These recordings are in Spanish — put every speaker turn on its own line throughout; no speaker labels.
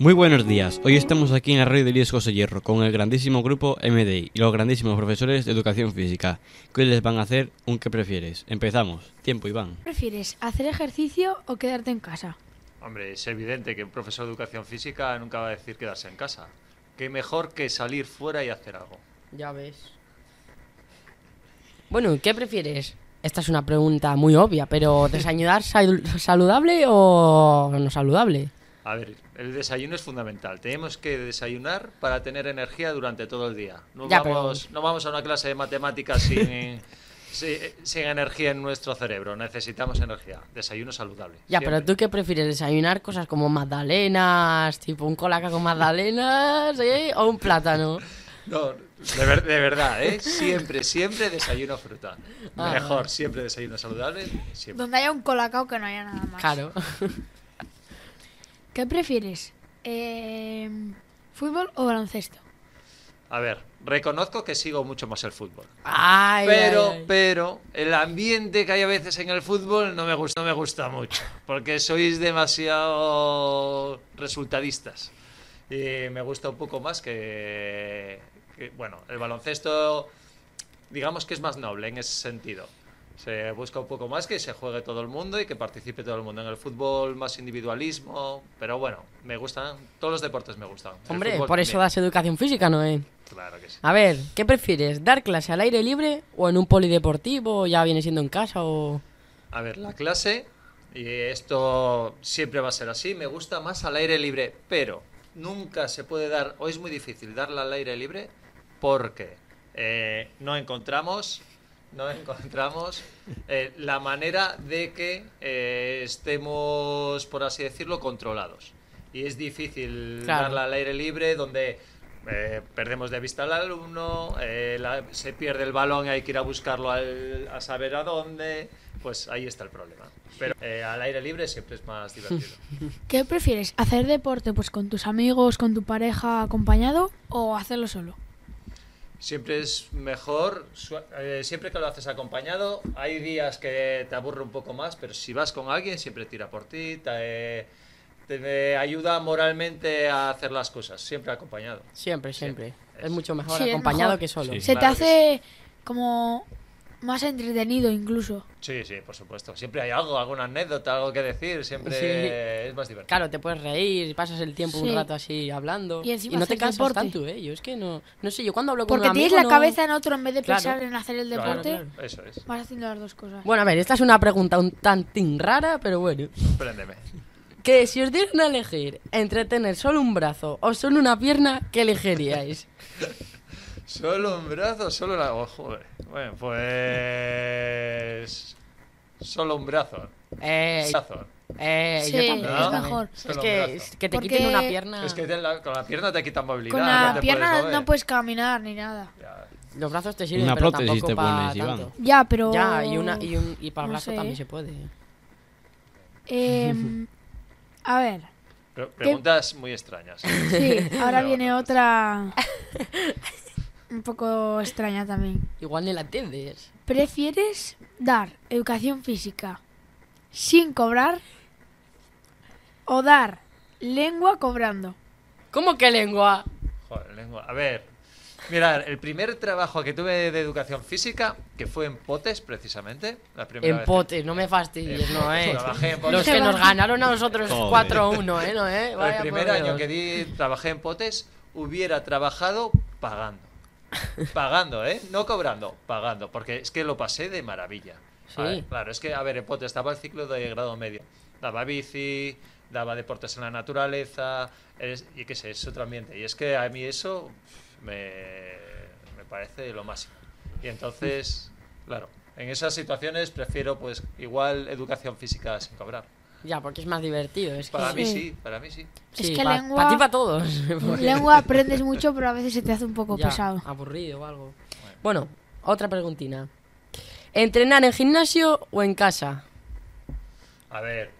Muy buenos días. Hoy estamos aquí en la radio de Líderes José Hierro con el grandísimo grupo MDI y los grandísimos profesores de educación física, que hoy les van a hacer un que prefieres. Empezamos. Tiempo, Iván.
¿Prefieres hacer ejercicio o quedarte en casa?
Hombre, es evidente que un profesor de educación física nunca va a decir quedarse en casa. Qué mejor que salir fuera y hacer algo.
Ya ves. Bueno, ¿qué prefieres? Esta es una pregunta muy obvia, pero ¿desayunar sal- saludable o no saludable?
A ver, el desayuno es fundamental. Tenemos que desayunar para tener energía durante todo el día. No,
Ya, pero-
vamos, no vamos a una clase de matemáticas sin, sin, sin energía en nuestro cerebro. Necesitamos energía. Desayuno saludable.
Ya,
siempre.
pero ¿tú qué prefieres? ¿Desayunar cosas como magdalenas, tipo un colaca con magdalenas ¿eh? o un plátano?
No, de, ver- de verdad, ¿eh? Siempre, siempre desayuno fruta.
Ah.
Mejor, siempre desayuno saludable. Siempre.
Donde haya un colacao que no haya nada más.
Claro.
¿Qué prefieres? Eh, ¿Fútbol o baloncesto?
A ver, reconozco que sigo mucho más el fútbol.
Ay,
Pero,
ay, ay.
pero, el ambiente que hay a veces en el fútbol no me gusta, no me gusta mucho. Porque sois demasiado resultadistas. Y me gusta un poco más que, que, bueno, el baloncesto, digamos que es más noble en ese sentido. Se busca un poco más que se juegue todo el mundo y que participe todo el mundo. En el fútbol, más individualismo. Pero bueno, me gustan, todos los deportes me gustan. El
Hombre,
fútbol
por eso
también.
das educación física, ¿no? eh?
Claro que sí.
A ver, ¿qué prefieres? ¿Dar clase al aire libre o en un polideportivo? ¿Ya viene siendo en casa o...?
A ver, la clase, y esto siempre va a ser así, me gusta más al aire libre, pero nunca se puede dar, o es muy difícil darla al aire libre, porque eh, no encontramos, no encontramos eh, la manera de que eh, estemos, por así decirlo, controlados. Y es difícil
Claro.
darla al aire libre, donde eh, perdemos de vista al alumno, eh, la- se pierde el balón y hay que ir a buscarlo al- a saber a dónde. Pues ahí está el problema. Pero eh, al aire libre siempre es más divertido.
¿Qué prefieres? ¿Hacer deporte pues con tus amigos, con tu pareja acompañado o hacerlo solo?
Siempre es mejor, su- eh, siempre que lo haces acompañado, hay días que te aburre un poco más, pero si vas con alguien siempre tira por ti, te, te ayuda moralmente a hacer las cosas, siempre acompañado.
Siempre, siempre. Es mucho mejor
Sí, es
acompañado
mejor.
que solo.
Sí.
Se
claro
te
que
hace como más entretenido incluso.
Sí, sí, por supuesto. Siempre hay algo, alguna anécdota, algo que decir, siempre
Sí.
es más divertido.
Claro, te puedes reír, pasas el tiempo
Sí.
un rato así hablando.
Y encima
no te
haces
cansas
deporte.
tanto, ¿eh? Yo es que no... No sé, yo cuando hablo con
Porque
un
tienes
amigo
la
no-
cabeza en otro en vez de
Claro.
pensar en hacer el
Claro,
deporte.
claro.
Eso es.
Vas haciendo las dos cosas.
Bueno, a ver, esta es una pregunta un tantín rara, pero bueno.
Sorpréndeme.
Que si os dieran a elegir entre tener solo un brazo o solo una pierna, ¿qué elegiríais?
Solo un brazo, solo la. oh, joder. Bueno, pues. Solo un brazo.
eh,
Brazo.
eh,
Sí,
yo también, yo
¿no?
es
también.
mejor.
Es
Solo
que,
un brazo.
es que te
Porque-
quiten una pierna.
Es que te la- con la pierna te quitan
Ah.
movilidad.
Con
no
la
te
pierna
puedes mover.
no puedes caminar ni nada.
Ya.
Los brazos te sirven,
Una
pero
prótesis
tampoco
te
para
pones, Iván.
tanto.
Ya, pero...
Ya, y, una, y, un, y para
No
brazo
sé.
también se puede.
Em, a ver,
Pre- Preguntas muy extrañas.
sí, ahora
No,
viene
no.
otra un poco extraña también.
Igual ni la entiendes.
¿Prefieres dar educación física sin cobrar o dar lengua cobrando?
¿Cómo que lengua?
Joder, lengua. A ver. Mirad, el primer trabajo que tuve de educación física, que fue en potes precisamente, la primera
En
vez.
potes, no me fastidies,
En
no,
potes,
eh.
trabajé en
Los
potes.
que nos ganaron a nosotros
Joder.
4-1, eh, no, eh. Vaya
el primer
por
año
Dios.
que di, trabajé en potes, hubiera trabajado pagando. Pagando, ¿eh? No cobrando, pagando. Porque es que lo pasé de maravilla. A ver,
Sí.
claro, es que, a ver, en potes estaba el ciclo de grado medio. Daba bici, daba deportes en la naturaleza, es- y qué sé, es otro ambiente. Y es que a mí eso pf, me, me parece lo máximo. Y entonces, claro, en esas situaciones prefiero, pues, igual educación física sin cobrar.
Ya, porque es más divertido. Es
Para
que...
mí
Sí.
sí, para mí sí.
Es que lengua-
Para ti, para todos. Pues
Lengua aprendes mucho, pero a veces se te hace un poco
Ya,
pesado.
Aburrido o algo. Bueno, otra preguntina. ¿Entrenar en gimnasio o en casa?
A ver,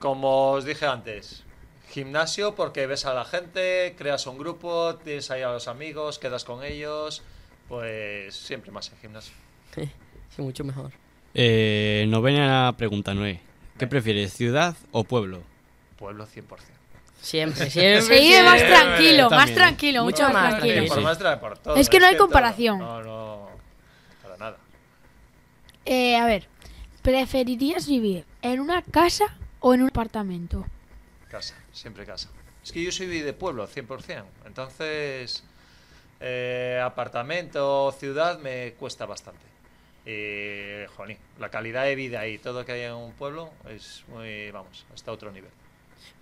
como os dije antes, gimnasio porque ves a la gente, creas un grupo, tienes ahí a los amigos, quedas con ellos, pues siempre más en gimnasio.
Sí, mucho mejor.
Eh, novena pregunta, Noé. ¿Qué prefieres, ciudad o pueblo?
Pueblo 100%.
Siempre, siempre.
Sí,
siempre.
más tranquilo, más
También.
tranquilo,
Mucho
mucho
más
más
tranquilo.
sí.
tranquilo.
Por maestra, por todo,
Es que no hay
todo.
comparación.
No, no. Para nada.
Eh, a ver, ¿preferirías vivir en una casa o en un apartamento?
Casa, siempre casa. Es que yo soy de pueblo, 100%. Entonces, eh, apartamento o ciudad me cuesta bastante. Y, jolín, la calidad de vida y todo que hay en un pueblo es muy, vamos, hasta otro nivel.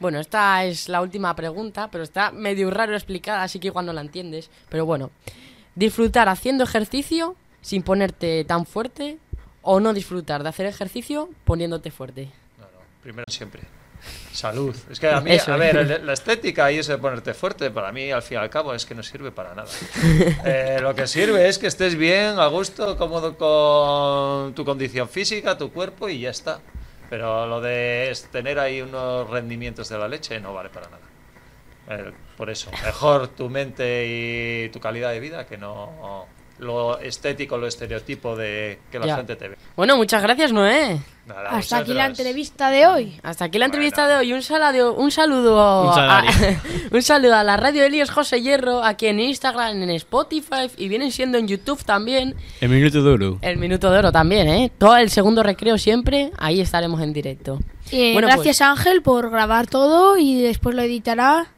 Bueno, esta es la última pregunta, pero está medio raro explicada, así que igual no la entiendes. Pero bueno, disfrutar haciendo ejercicio sin ponerte tan fuerte o no disfrutar de hacer ejercicio poniéndote fuerte.
No, no, primero siempre. Salud. Es que a mí,
Eso.
a ver, el- la estética y eso de ponerte fuerte, para mí, al fin y al cabo, es que no sirve para nada. Eh, lo que sirve es que estés bien, a gusto, cómodo con tu condición física, tu cuerpo y ya está. Pero lo de es tener ahí unos rendimientos de la leche no vale para nada. Eh, por eso, mejor tu mente y tu calidad de vida que no lo estético, lo estereotipo de que la
Ya.
gente te ve.
Bueno, muchas gracias, Noé.
Nada,
Hasta aquí la
vosotras.
entrevista de hoy.
Hasta aquí la
Bueno.
entrevista de hoy. Un saludo, un saludo,
Un
a,
salario.
un saludo a la radio Elías José Hierro, aquí en Instagram, en Spotify y vienen siendo en YouTube también.
El minuto duro.
El minuto de oro también, ¿eh? Todo el segundo recreo siempre, ahí estaremos en directo.
Eh,
Bueno, pues
gracias Ángel por grabar todo y después lo editará.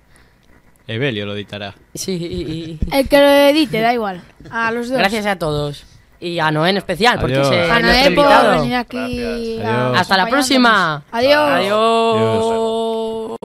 Evelio lo editará.
Sí, y- y-
El que lo edite, da igual. A los dos.
gracias a todos. Y a Noé en especial, porque
Adiós.
se
A
Noé
Noé eh, por
invitado.
venir aquí.
Gracias.
a-
Adiós.
Hasta la próxima.
acompañándonos. Adiós.
Adiós.